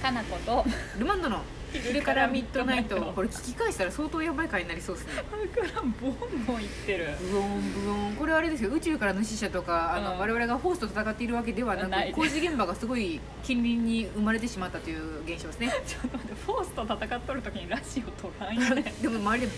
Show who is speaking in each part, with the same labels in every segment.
Speaker 1: かなこと
Speaker 2: ルマンドの昼からミッドナイト
Speaker 1: 昼からミッドナイト
Speaker 2: これ聞き返したら相当やばい回になりそうですね
Speaker 1: だからボンボン言ってる
Speaker 2: ブオンブオンこれはあれですよ宇宙からの死者とかあの、
Speaker 1: うん
Speaker 2: 我々がホースと戦っているわけではなく
Speaker 1: ないです
Speaker 2: 工事現場がすごい近隣に生まれてしまったという現象ですね
Speaker 1: ちょっと待ってフォースと戦っとる時にラジオ取らんよね
Speaker 2: でも周りで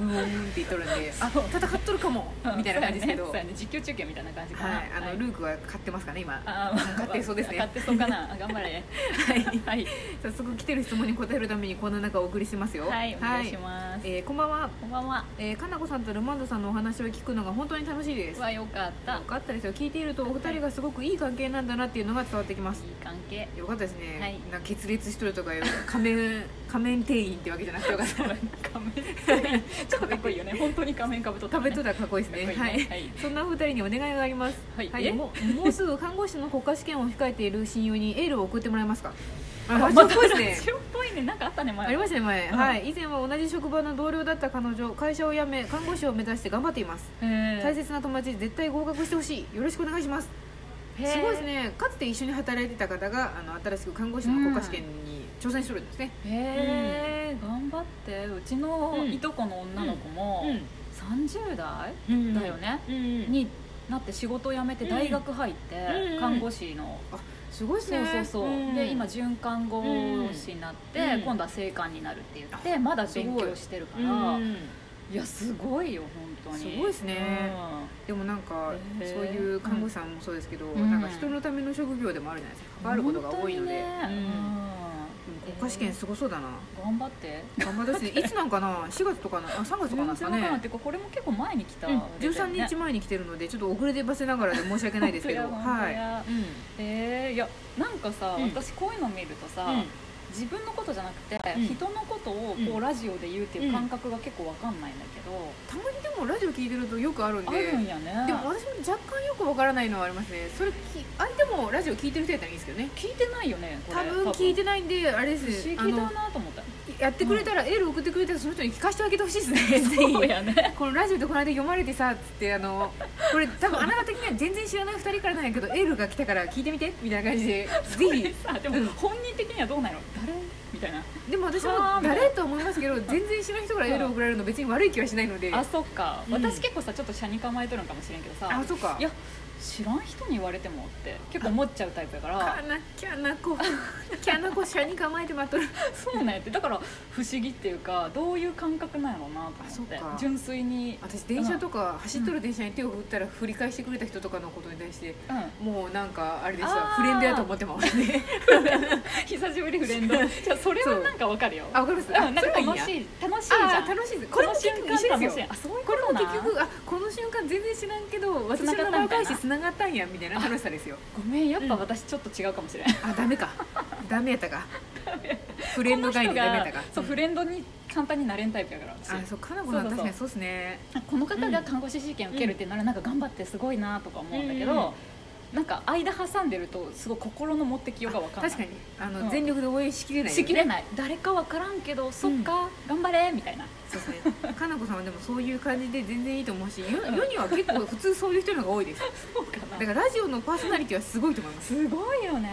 Speaker 2: ブオンブオンって言っとる んであ戦っとるかも みたいな感じですけど、
Speaker 1: そうやねそうやね実況中継みたいな感じかな、
Speaker 2: はい、あのルークは買ってますかね今
Speaker 1: あーまあ
Speaker 2: 勝手そうですね
Speaker 1: 勝手そうかな あ頑張れ
Speaker 2: はい
Speaker 1: はい
Speaker 2: 早速来てる質問に答えるためにこの中お送りしますよ
Speaker 1: はいお願いします、
Speaker 2: えーこんばんは、
Speaker 1: こんばんは
Speaker 2: えー、かなこさんとルマンドさんのお話を聞くのが本当に楽しいです
Speaker 1: はよかったい
Speaker 2: よかったですよ聞いているとお二人がすごくいい関係なんだなっていうのが伝わってきます
Speaker 1: い関係
Speaker 2: よかったですね、
Speaker 1: はい
Speaker 2: なんか決裂しとるとかいう仮面 仮面店員ってわけじゃなく てよかった
Speaker 1: 仮面ちょっとかっこいいよね本当に仮面かぶとった
Speaker 2: 食
Speaker 1: ね
Speaker 2: べとったらかっこいいですね
Speaker 1: かっ
Speaker 2: は
Speaker 1: こいい
Speaker 2: い、
Speaker 1: ねはい
Speaker 2: そんなお二人にお願いがあります
Speaker 1: はいえ
Speaker 2: もうもうすぐ看護師の国家試験を控えている親友にエールを送ってもらえますかあ
Speaker 1: また
Speaker 2: ラジオっぽい
Speaker 1: ラ
Speaker 2: ですね
Speaker 1: ジオっぽいねなんかあったね前
Speaker 2: ありましたね前、はい、以前は同じ職場の同僚だった彼女会社を辞め看護師を目指して頑張っています
Speaker 1: えー
Speaker 2: 大切な友達絶対合格してほしいよろしくお願いします
Speaker 1: へー
Speaker 2: すごいですねかつて一緒に働いてた方があの新しく看護師の国家試験に挑戦してるんですね、
Speaker 1: へえ、頑張ってうちの
Speaker 2: うん
Speaker 1: いとこの女の子も30代
Speaker 2: うん
Speaker 1: だよね、
Speaker 2: うん
Speaker 1: になって仕事辞めて大学入って、
Speaker 2: うん
Speaker 1: 看護師の、
Speaker 2: すごいです
Speaker 1: そう
Speaker 2: ね
Speaker 1: そうそう、
Speaker 2: ん
Speaker 1: で今准看護師になって、
Speaker 2: うん
Speaker 1: 今度は正官になるって言ってまだ勉強してるか
Speaker 2: う
Speaker 1: ら、
Speaker 2: ん
Speaker 1: いやすごいよ本当に
Speaker 2: すごいですねでもなんか
Speaker 1: へー
Speaker 2: そういう看護師さんもそうですけど、
Speaker 1: うん
Speaker 2: なんか人のための職業でもあるじゃないですか関わることが多いので、
Speaker 1: 本当にね
Speaker 2: うん
Speaker 1: うん
Speaker 2: 国家試験すごそうだな
Speaker 1: 頑張って
Speaker 2: 頑張って ねいつなんかな4月とかなあ3月とかなんですか
Speaker 1: 全然わからんっ
Speaker 2: ね
Speaker 1: ていうかこれも結構前に来た、
Speaker 2: うん、
Speaker 1: 出てるね
Speaker 2: 13日前に来てるのでちょっと遅れてばせながらで申し訳ないですけ ど
Speaker 1: 本当や本当や
Speaker 2: はい、うん
Speaker 1: えー、いやなんかさ、
Speaker 2: うん
Speaker 1: 私こういうの見るとさ、自分のことじゃなくて、
Speaker 2: うん
Speaker 1: 人のことをこ
Speaker 2: う
Speaker 1: うんラジオで言うっていう感覚が結構わかんないんだけど、
Speaker 2: たまにでもラジオ聞いてるとよくあるんで
Speaker 1: あるんやね
Speaker 2: でも私も若干よくわからないのはありますねそれき相手もラジオ聞いてる人やったらいいんですけどね
Speaker 1: 聞いてないよねこれ
Speaker 2: 多分聞いてないんであれで
Speaker 1: 不思
Speaker 2: す
Speaker 1: 議
Speaker 2: あの
Speaker 1: だなと思った
Speaker 2: やってくれたらエール送ってくれたらその人に聞かせてあげてほしいですねぜ
Speaker 1: そう
Speaker 2: ひ
Speaker 1: やね
Speaker 2: このラジオでこの間読まれてさっつってあのこれ多分あなた的には全然知らない2人からなんやけどエールが来たから聞いてみてみたいな感 じでぜひ
Speaker 1: さでも本人的にはどうなの誰みたいな
Speaker 2: でも私も
Speaker 1: はあみたいな
Speaker 2: 誰とは思いますけど全然知らない人からエールを送られるの別に悪い気はしないので
Speaker 1: あ
Speaker 2: あ
Speaker 1: そっか、
Speaker 2: うん
Speaker 1: 私結構さちょっと車に構えとるんかもしれんけどさ
Speaker 2: そうか
Speaker 1: いや知らん人に言われてもって結構思っちゃうタイプやから
Speaker 2: かなきゃなこきゃなこ社に構えて待っとる
Speaker 1: そうなんやってだから不思議っていうかどういう感覚なんやろうな
Speaker 2: あ
Speaker 1: と
Speaker 2: そ
Speaker 1: 思
Speaker 2: っ
Speaker 1: って
Speaker 2: か
Speaker 1: 純粋に
Speaker 2: 私電車とか走っとる電車に手を振ったら振り返してくれた人とかのことに対して
Speaker 1: うん
Speaker 2: もうなんかあれです
Speaker 1: あ
Speaker 2: わ
Speaker 1: ー
Speaker 2: フレンドやと思っ てますね
Speaker 1: 久しぶりフレンドじゃあそれはなんかわかるよ
Speaker 2: あわかります
Speaker 1: うんなんか
Speaker 2: それも
Speaker 1: 楽
Speaker 2: いいや
Speaker 1: しい楽しいじ
Speaker 2: あ
Speaker 1: ゃん
Speaker 2: ー楽しいですこれも
Speaker 1: の
Speaker 2: 結
Speaker 1: 瞬
Speaker 2: 局
Speaker 1: 間
Speaker 2: 一緒で
Speaker 1: 楽
Speaker 2: す
Speaker 1: しい
Speaker 2: よ
Speaker 1: あそういう
Speaker 2: こ
Speaker 1: こ
Speaker 2: れも
Speaker 1: とな
Speaker 2: 結局あこの瞬間全然知らんけど私の名前返してつながったんや みたいな楽しさですよ
Speaker 1: ごめんやっぱ
Speaker 2: うん
Speaker 1: 私ちょっと違うかもしれない
Speaker 2: あ ダメかダメやったかフレンド概念ダメやったか
Speaker 1: そうフ
Speaker 2: レ
Speaker 1: レンドに簡単になれんタイプやから私
Speaker 2: あそうかなこさ
Speaker 1: そうそうそ
Speaker 2: ん
Speaker 1: う
Speaker 2: 確かにそうっすね
Speaker 1: この方が看護師試験受けるってならなんか頑張ってすごいなとか思うんだけどなんか間挟んでるとすごい心の持ってきようがわかんない
Speaker 2: 確かにあ
Speaker 1: うん
Speaker 2: の全力で応援しきれないよね
Speaker 1: しきれない誰かわからんけどそっか頑張れみたいな
Speaker 2: そうですね。かなこさんはでもそういう感じで全然いいと思うし、世世には結構普通そういう人の方が多いです。
Speaker 1: そうか
Speaker 2: だからラジオのパーソナリティはすごいと思います。
Speaker 1: すごいよね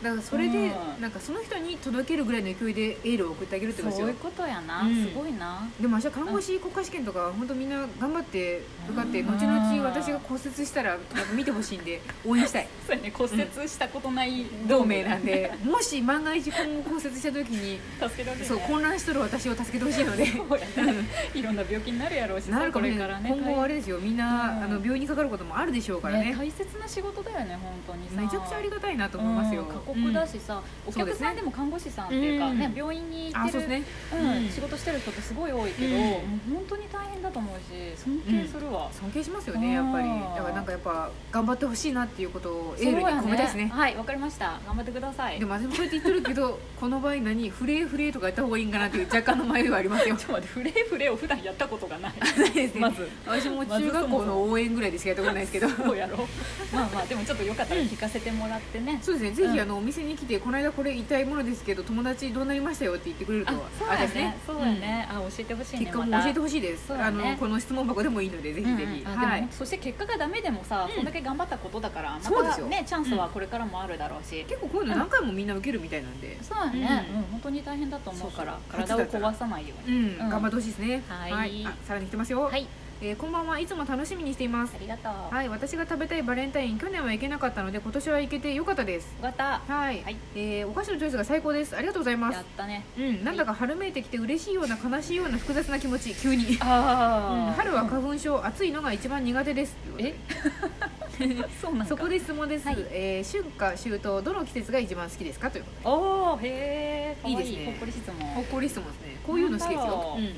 Speaker 2: だからそれで
Speaker 1: うん
Speaker 2: なんかその人に届けるぐらいの勢いでエールを送ってあげるってことです
Speaker 1: そうい
Speaker 2: よ
Speaker 1: う。ことやな
Speaker 2: うん
Speaker 1: すごいな
Speaker 2: でも明日看護師国家試験とか本当みんな頑張って受かって
Speaker 1: うん
Speaker 2: 後々私が骨折したらとか見てほしいんで応援 したい
Speaker 1: そうやね骨折したことない
Speaker 2: 同盟なんでもし万が一今後骨折した時に
Speaker 1: 助けられるね
Speaker 2: そう混乱しとる私を助けてほしいの で
Speaker 1: そうやねいろんな病気になるやろうしさ
Speaker 2: なるかも
Speaker 1: こ
Speaker 2: ね
Speaker 1: れからね
Speaker 2: 今後はあれですよみんな、
Speaker 1: うん
Speaker 2: あの病院にかかることもあるでしょうからね
Speaker 1: ね大切な仕事だよね本当にさ
Speaker 2: めちゃくちゃありがたいなと思いますよ、
Speaker 1: うん過酷だしさ、お
Speaker 2: そう
Speaker 1: 客
Speaker 2: です
Speaker 1: さ
Speaker 2: ね
Speaker 1: んでも看護師さんっていうか、ね
Speaker 2: うん
Speaker 1: 病院に
Speaker 2: うん、
Speaker 1: 行
Speaker 2: あ
Speaker 1: って
Speaker 2: そう
Speaker 1: る
Speaker 2: ですね
Speaker 1: うん
Speaker 2: うん
Speaker 1: 仕事してる人ってすごい多いけど、
Speaker 2: うん
Speaker 1: もう本当に大変だと思うし尊敬するわ、
Speaker 2: 尊敬しますよねやっぱり
Speaker 1: うん
Speaker 2: だからなんかやっぱ頑張ってほしいなっていうことをエ
Speaker 1: そう
Speaker 2: ールに
Speaker 1: や
Speaker 2: 込めたいですね
Speaker 1: はいわかりました頑張ってください
Speaker 2: でも私もそうやって言ってるけど この場合何フレーフレーとかやった方がいいんかなっていう若干の迷いはありますよ
Speaker 1: ちょっと待ってフレーフレーを普段やったことがないま
Speaker 2: ま
Speaker 1: ず
Speaker 2: ず私も中学校の応 援ぐらいでしかやったことないですけど
Speaker 1: そうやろまあまあでもちょっとよかったら聞かせてもらってね、
Speaker 2: そうですねぜ
Speaker 1: うん
Speaker 2: ひあの、お店に来てこの間これ痛いものですけど友達どうなりましたよって言ってくれると
Speaker 1: あそうだね
Speaker 2: 私
Speaker 1: そうだね、あ教えてほしいね
Speaker 2: 結果
Speaker 1: ま
Speaker 2: も
Speaker 1: た
Speaker 2: 教えてほしいです、
Speaker 1: そうだ
Speaker 2: あ
Speaker 1: ね
Speaker 2: のこの質問箱でもいいのでぜひぜひ、
Speaker 1: うんうんあ
Speaker 2: は
Speaker 1: で
Speaker 2: い
Speaker 1: もそして結果がダメでもさ、
Speaker 2: うん
Speaker 1: そんだけ頑張ったことだから
Speaker 2: そうで
Speaker 1: ますた
Speaker 2: よ
Speaker 1: ねチャンスはこれからもあるだろうし、
Speaker 2: 結構こういうの何回もみんな受けるみたいなんで
Speaker 1: そうだね、
Speaker 2: う
Speaker 1: うんん本当に大変だと思うから
Speaker 2: そうそう
Speaker 1: 体を壊さないよう
Speaker 2: う
Speaker 1: に、
Speaker 2: ん、頑張ってほしいですね
Speaker 1: はい
Speaker 2: あさらに来てますよ、
Speaker 1: はい
Speaker 2: えーこんばんはいつも楽しみにしています
Speaker 1: ありがとう、
Speaker 2: はい私が食べたいバレンタイン去年は行けなかったので今年は行けてよかったです
Speaker 1: よかった
Speaker 2: はい、
Speaker 1: はい
Speaker 2: えーお菓子のチョイスが最高ですありがとうございま
Speaker 1: やっ
Speaker 2: す
Speaker 1: たね
Speaker 2: うんなんだか春めいてきて嬉しいような悲しいような複雑な気持ち急に
Speaker 1: あ
Speaker 2: うん、春は
Speaker 1: か
Speaker 2: 花粉症暑いのが一番苦手です
Speaker 1: え そうなんだ
Speaker 2: そこで質問です、
Speaker 1: はい
Speaker 2: えー春夏秋冬どの季節が一番好きですかということで
Speaker 1: おおへえ
Speaker 2: いいですね
Speaker 1: ほっこり質
Speaker 2: ほっ
Speaker 1: 問
Speaker 2: こり質問ですねこういうの好きです
Speaker 1: なんだ
Speaker 2: よ
Speaker 1: ろ
Speaker 2: う
Speaker 1: うん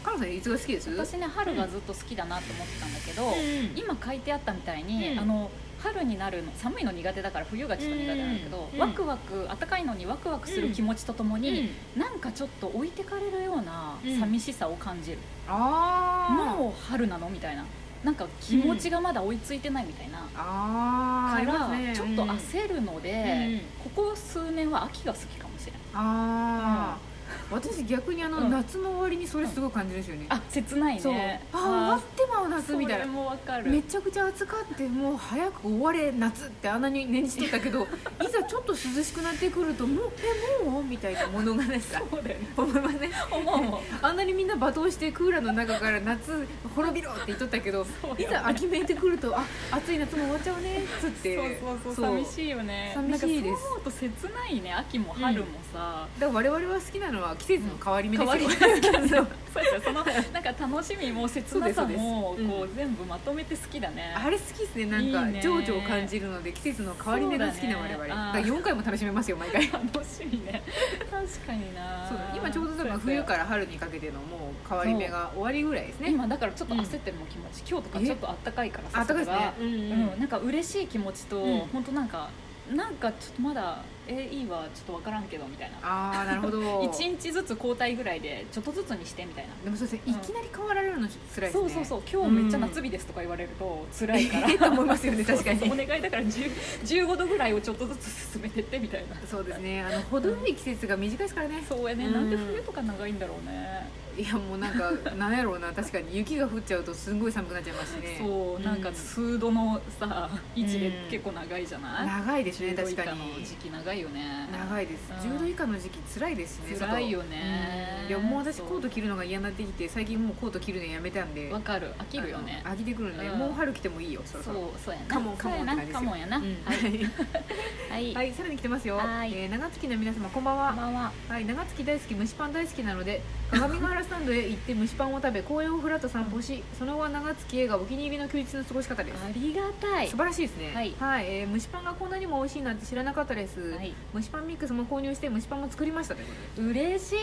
Speaker 2: カノさんいつが好きです
Speaker 1: 私ね春がずっと好きだなと思ってたんだけど、
Speaker 2: うん
Speaker 1: 今書いてあったみたいに、
Speaker 2: うん
Speaker 1: あの春になるの寒いの苦手だから冬がちょっと苦手なんだけど、
Speaker 2: うん
Speaker 1: ワクワク暖かいのにワクワクする気持ちととも
Speaker 2: う
Speaker 1: に、
Speaker 2: ん
Speaker 1: なんかちょっと置いてかれるような
Speaker 2: うん
Speaker 1: 寂しさを感じる、
Speaker 2: あー
Speaker 1: もう春なのみたいななんか気持ちがまだ追いついてないみたいな、
Speaker 2: あ
Speaker 1: か
Speaker 2: ーあり
Speaker 1: ら、
Speaker 2: ますね
Speaker 1: ちょっと
Speaker 2: うん
Speaker 1: 焦るので、ここ数年は秋が好きかもしれない
Speaker 2: ああ、私逆にあの、
Speaker 1: うん
Speaker 2: 夏の終わりにそれすごい感じるんですよね、
Speaker 1: あ切ないね
Speaker 2: そう、ああ終わってまう
Speaker 1: あ
Speaker 2: 夏みたい
Speaker 1: それ
Speaker 2: な
Speaker 1: もわかる
Speaker 2: めちゃくちゃ暑かってもう早く終われ夏ってあんなに念じとった けどいざちょっと涼しくなってくるともうえもうみたいな物悲しさ
Speaker 1: そうだよね
Speaker 2: 思いますね
Speaker 1: 思うもん
Speaker 2: あんなにみんな罵倒してクーラーの中から夏滅びろって言っとったけど
Speaker 1: そうよ
Speaker 2: いざ秋めいてくるとあ暑い夏も終わっちゃうねっつって
Speaker 1: そうそうそう
Speaker 2: そう
Speaker 1: 寂しいよね
Speaker 2: 寂しいで
Speaker 1: なん
Speaker 2: す
Speaker 1: かそう思うと切ないね秋も春もさ、
Speaker 2: だから我々は好きなのは季節の変わり目で
Speaker 1: 変
Speaker 2: す
Speaker 1: わり
Speaker 2: よ、
Speaker 1: 目だけどそうですよそのなんか楽しみも切なさ
Speaker 2: そ
Speaker 1: も
Speaker 2: うですそうです
Speaker 1: こ
Speaker 2: う
Speaker 1: う全部まとめて好きだね
Speaker 2: あれ好きですねなんか
Speaker 1: いいね
Speaker 2: 情緒を感じるので季節の変わり目が好きな
Speaker 1: そう
Speaker 2: 我
Speaker 1: だね
Speaker 2: 々だ,、
Speaker 1: あー
Speaker 2: から4回も楽しめますよ毎 回
Speaker 1: 楽しみね確かにな
Speaker 2: そう今ちょうど多分冬から春にかけてのもう変わり目が終わりぐらいです
Speaker 1: ね
Speaker 2: ね
Speaker 1: 今だからちょっと焦ってるもん気持ち、今日とかちょっとあったかいからさ
Speaker 2: あったかいですね
Speaker 1: 外
Speaker 2: うん
Speaker 1: が
Speaker 2: うん
Speaker 1: うん、なんか嬉しい気持ちと、
Speaker 2: うん
Speaker 1: 本当なんかなんかちょっとまだえいいわちょっとわからんけどみたいな
Speaker 2: ああなるほ ど
Speaker 1: 1日ずつ交代ぐらいでちょっとずつにしてみたいな
Speaker 2: でもそうですねいきなり変わられるの辛いですね
Speaker 1: そうそうそう今日めっちゃ夏日ですとか言われると辛いから、
Speaker 2: ええと思いますよね確か に
Speaker 1: そうそうお願いだから10 15度ぐらいをちょっとずつ進めてってみたいな
Speaker 2: そうですねあの程よい季節が短いですからね、
Speaker 1: そうやね、
Speaker 2: うん
Speaker 1: なんで冬とか長いんだろうね、
Speaker 2: いやもうなんかなんやろうな確かに雪が降っちゃうとすんごい寒くなっちゃいますしね
Speaker 1: そうなんか
Speaker 2: ん
Speaker 1: 数度のさ位置で
Speaker 2: うん
Speaker 1: 結構長いじゃない、
Speaker 2: 長いですね
Speaker 1: 10度
Speaker 2: 確
Speaker 1: 以
Speaker 2: か
Speaker 1: 下の
Speaker 2: に
Speaker 1: 時期長いよね
Speaker 2: 長いです、
Speaker 1: うん
Speaker 2: 10度以下の時期辛いですしね
Speaker 1: 辛いよね
Speaker 2: 外うんいやもう私
Speaker 1: そう
Speaker 2: コート着るのが嫌になってきて最近もうコート着るのやめたんで
Speaker 1: わかる飽きるよね
Speaker 2: あの飽きてくるんで、
Speaker 1: うん
Speaker 2: もう春来てもいいよ
Speaker 1: そ
Speaker 2: そろ
Speaker 1: う
Speaker 2: そろ
Speaker 1: そうやな
Speaker 2: カモンカ
Speaker 1: そう
Speaker 2: モン
Speaker 1: やな
Speaker 2: って感じです
Speaker 1: カ
Speaker 2: よ
Speaker 1: モンやな、
Speaker 2: う
Speaker 1: はい
Speaker 2: ん
Speaker 1: はい、、
Speaker 2: はいいさらに来てますよ、え
Speaker 1: はい
Speaker 2: ー長月の皆様こんばんは
Speaker 1: こんばんは
Speaker 2: はい、長月大好き蒸しパン大好きなので鏡ヶ原スタンドへ行って蒸しパンを食べ公園をふらっと散歩しその後は長月へがお気に入りの休日の過ごし方です、
Speaker 1: ありがたい
Speaker 2: 素晴らしいですね
Speaker 1: はい
Speaker 2: えー蒸しパンがこんなにも美味しいなんて知らなかったです、
Speaker 1: はい
Speaker 2: 蒸しパンミックスも購入して蒸しパンも作りましたということで
Speaker 1: 嬉しい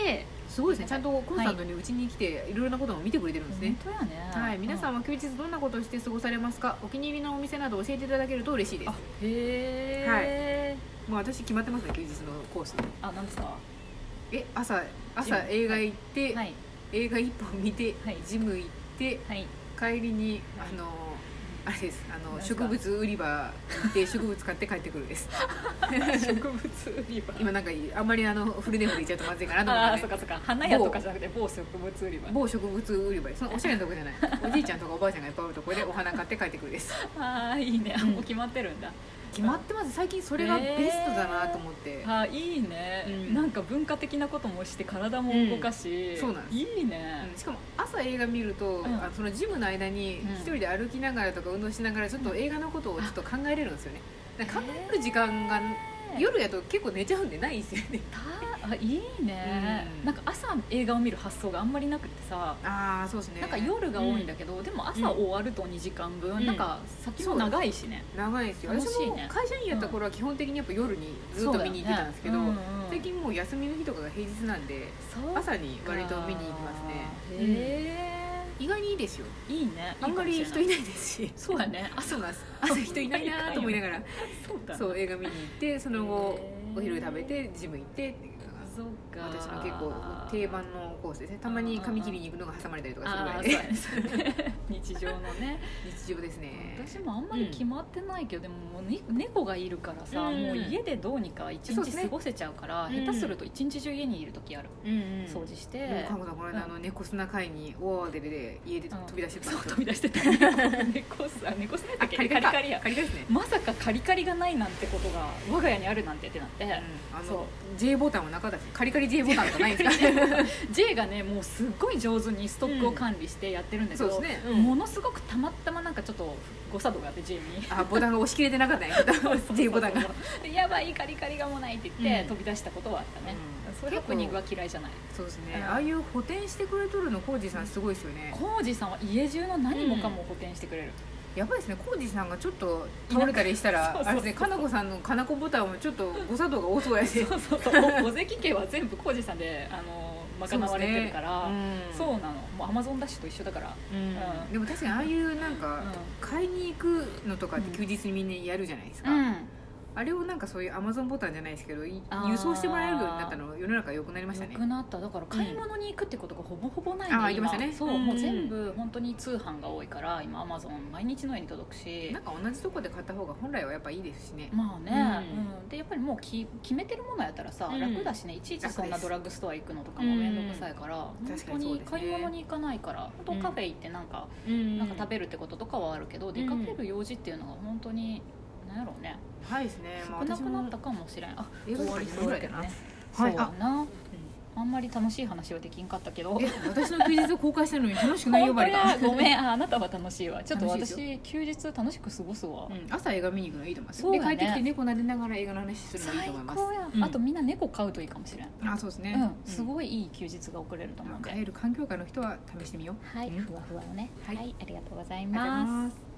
Speaker 2: すごいですねちゃんとコンサートにうちに来ていろいろなことも見てくれてるんですね
Speaker 1: 本、当やね
Speaker 2: はい、皆さ
Speaker 1: うん
Speaker 2: は休日どんなことをして過ごされますかお気に入りのお店など教えていただけると嬉しいです
Speaker 1: あへえ、
Speaker 2: もう私決まってますね休日のコース
Speaker 1: あなんですか
Speaker 2: え朝朝映画行って、
Speaker 1: はい
Speaker 2: 映画一本見て、
Speaker 1: はい
Speaker 2: ジム行って
Speaker 1: はい
Speaker 2: 帰りに、
Speaker 1: はい
Speaker 2: あのあれですあ
Speaker 1: 何
Speaker 2: の
Speaker 1: ですか
Speaker 2: 植物売り場行って植物買って帰ってくるです
Speaker 1: 植物売り場
Speaker 2: 今なんかあんまりあのフルネームで言っちゃうとまずいかなと思
Speaker 1: ああ
Speaker 2: っ
Speaker 1: ー
Speaker 2: て、
Speaker 1: そっ
Speaker 2: ね、
Speaker 1: かそっか花屋とかじゃなくて某植物売り場
Speaker 2: 某植物売り 場ですそのおしゃれなとこじゃないおじいちゃんとかおばあちゃんがいっぱいおるとこでお花買って帰ってくるです
Speaker 1: ああいいね、
Speaker 2: うん
Speaker 1: もう決まってるんだ
Speaker 2: 決まってます最近それがベストだなと思って、
Speaker 1: あーいいね、
Speaker 2: うん
Speaker 1: なんか文化的なこともして体も動かし、
Speaker 2: うんそうなんです
Speaker 1: いいね
Speaker 2: うん、しかも朝映画見ると、
Speaker 1: ん
Speaker 2: あのそのジムの間に
Speaker 1: うん
Speaker 2: 一人で歩きながらとか運動しながらちょっと映画のことをちょっと考えれるんですよねなんか考える時間が夜やと結構寝ちゃうんでないですよね
Speaker 1: たあいいね、
Speaker 2: うん
Speaker 1: なんか朝映画を見る発想があんまりなくてさ
Speaker 2: ああそうですね
Speaker 1: なんか夜が多いんだけど、でも朝終わると2時間分、
Speaker 2: うん
Speaker 1: なんか先も長いしね
Speaker 2: 長いですよ
Speaker 1: 楽しいね
Speaker 2: 私も会社員やった頃は基本的にやっぱ夜にずっと見に行ってたんですけど、
Speaker 1: そうだよねうんうん
Speaker 2: 最近もう休みの日とかが平日なんで
Speaker 1: そう
Speaker 2: 朝に割と見に行きますね、うん
Speaker 1: へ
Speaker 2: 意外にいいですよ
Speaker 1: え、いいね
Speaker 2: あんまり人いないですし
Speaker 1: そうやね
Speaker 2: そ うなんです 朝人いないなと思いながら
Speaker 1: そうだ
Speaker 2: そう映画見に行ってその後
Speaker 1: へー
Speaker 2: お昼食べてジム行ってっていうのが
Speaker 1: そうか
Speaker 2: 私の結構定番のコースですねたまに紙切りに行くのが挟まれたりとかするぐ
Speaker 1: あ
Speaker 2: ら
Speaker 1: あ
Speaker 2: い
Speaker 1: そう
Speaker 2: で
Speaker 1: やねそうやね日常のね
Speaker 2: 日常です ね
Speaker 1: 私もあんまり決まってないけど、でももうね猫がいるからさ、
Speaker 2: うん
Speaker 1: もう家でどうにか一
Speaker 2: そうで
Speaker 1: 日
Speaker 2: すね
Speaker 1: 過ごせちゃうから
Speaker 2: うん
Speaker 1: 下手すると一日中家にいる時ある、
Speaker 2: うんうん
Speaker 1: 掃除して、
Speaker 2: でも看護さんこの間あの猫砂会におおででで家で
Speaker 1: うん
Speaker 2: 飛び出してたん
Speaker 1: そう
Speaker 2: ですよ
Speaker 1: 飛び出 してた猫すあ猫すねだっけカリカリ
Speaker 2: か
Speaker 1: や
Speaker 2: カリカリですね
Speaker 1: まさかカリカリがないなんてことが我が家にあるなんてってなって、
Speaker 2: うんあ
Speaker 1: そう
Speaker 2: の J ボタンはなかったですカリカリ J ボタンとかない んですか
Speaker 1: J がねもうすっごい上手にストックを管理してやってるんだけど、
Speaker 2: そうですねうん
Speaker 1: ものすごくたまたまなんかちょっと誤作動があって J に
Speaker 2: あボタンが押し切れてなかったんや J ボタンが
Speaker 1: で やばいカリカリがもうないって言って、
Speaker 2: うん
Speaker 1: 飛び出したことはあったね、
Speaker 2: うん
Speaker 1: そういうハプニングは嫌いじゃない
Speaker 2: そうです
Speaker 1: うん
Speaker 2: ねああいう補填してくれとるのコージさんすごいですよね
Speaker 1: 浩二さんは家中の何もかも補填してくれる、
Speaker 2: やばいですねコージさんがちょっと倒れたりした
Speaker 1: そ
Speaker 2: ら
Speaker 1: うそうそう
Speaker 2: あれですねかなこさんのかなこボタンもちょっと誤作動が多そうやし
Speaker 1: そうそう そうお尾関家は全部浩二さんであの賄われてるからそう,、
Speaker 2: そう
Speaker 1: なのもうアマゾンダッシュと一緒だから、
Speaker 2: ですねう
Speaker 1: う
Speaker 2: ん
Speaker 1: ん
Speaker 2: でも確かにああいうなんか
Speaker 1: う
Speaker 2: 買いに行くのとかって休日にみんなやるじゃないですか、
Speaker 1: ん
Speaker 2: あれをなんかそういうアマゾンボタンじゃないですけどい
Speaker 1: あー
Speaker 2: 輸送してもらえるようになったの世の中良くなりましたね
Speaker 1: なくなっただから買い物に行くってことがほぼほぼない
Speaker 2: あー
Speaker 1: の
Speaker 2: 言ってましたね
Speaker 1: そう、
Speaker 2: うん
Speaker 1: もう全部本当に通販が多いから今アマゾン毎日のように届くし
Speaker 2: なんか同じとこで買った方が本来はやっぱいいですしね、
Speaker 1: まあね、
Speaker 2: う
Speaker 1: うんでやっぱりもうき決めてるものやったらさ、
Speaker 2: うん
Speaker 1: 楽だしねいちいちそんな
Speaker 2: 楽です
Speaker 1: ドラッグストア行くのとかも面倒くさいから、
Speaker 2: ん
Speaker 1: 本
Speaker 2: 確か
Speaker 1: 当
Speaker 2: にそう
Speaker 1: に
Speaker 2: ですね
Speaker 1: 買い物に行かないから、本当カフェ行ってなんか、なんか食べるってこととかはあるけど、出かける用事っていうのが本当になんやろうね
Speaker 2: はいですね、ま
Speaker 1: 少
Speaker 2: あ、
Speaker 1: なくなったたかもしれんあ
Speaker 2: 映画
Speaker 1: 終
Speaker 2: と
Speaker 1: わ
Speaker 2: か
Speaker 1: り
Speaker 2: に
Speaker 1: そう
Speaker 2: ぐ
Speaker 1: だ
Speaker 2: らい
Speaker 1: け
Speaker 2: か
Speaker 1: ど
Speaker 2: な、
Speaker 1: ね、
Speaker 2: はい
Speaker 1: そうやなあんまり楽しい話はできんかったけど
Speaker 2: え私の休日を公開してるのに楽しくない呼ばれ
Speaker 1: 本
Speaker 2: た
Speaker 1: 当やごめんああなたは楽しいわちょっと
Speaker 2: 楽し
Speaker 1: 私
Speaker 2: い
Speaker 1: 休日楽しく過ごすわ、
Speaker 2: うん、朝映画見に行くのいいと思います、
Speaker 1: そう
Speaker 2: で
Speaker 1: や
Speaker 2: 帰
Speaker 1: ね
Speaker 2: ってきて猫撫でながら映画の話するのいい
Speaker 1: 最
Speaker 2: と思います
Speaker 1: 高や、
Speaker 2: うん
Speaker 1: あとみんな猫飼うといいかもしれん
Speaker 2: あそうですね、
Speaker 1: うん、す
Speaker 2: い
Speaker 1: ごいいい休日が送れると思うんで、
Speaker 2: 帰る環境下の人は試してみよう
Speaker 1: はい、
Speaker 2: うん
Speaker 1: ふわふわをね、は、
Speaker 2: はいい
Speaker 1: ありがとうござい
Speaker 2: ありがとうござい
Speaker 1: ます
Speaker 2: ます。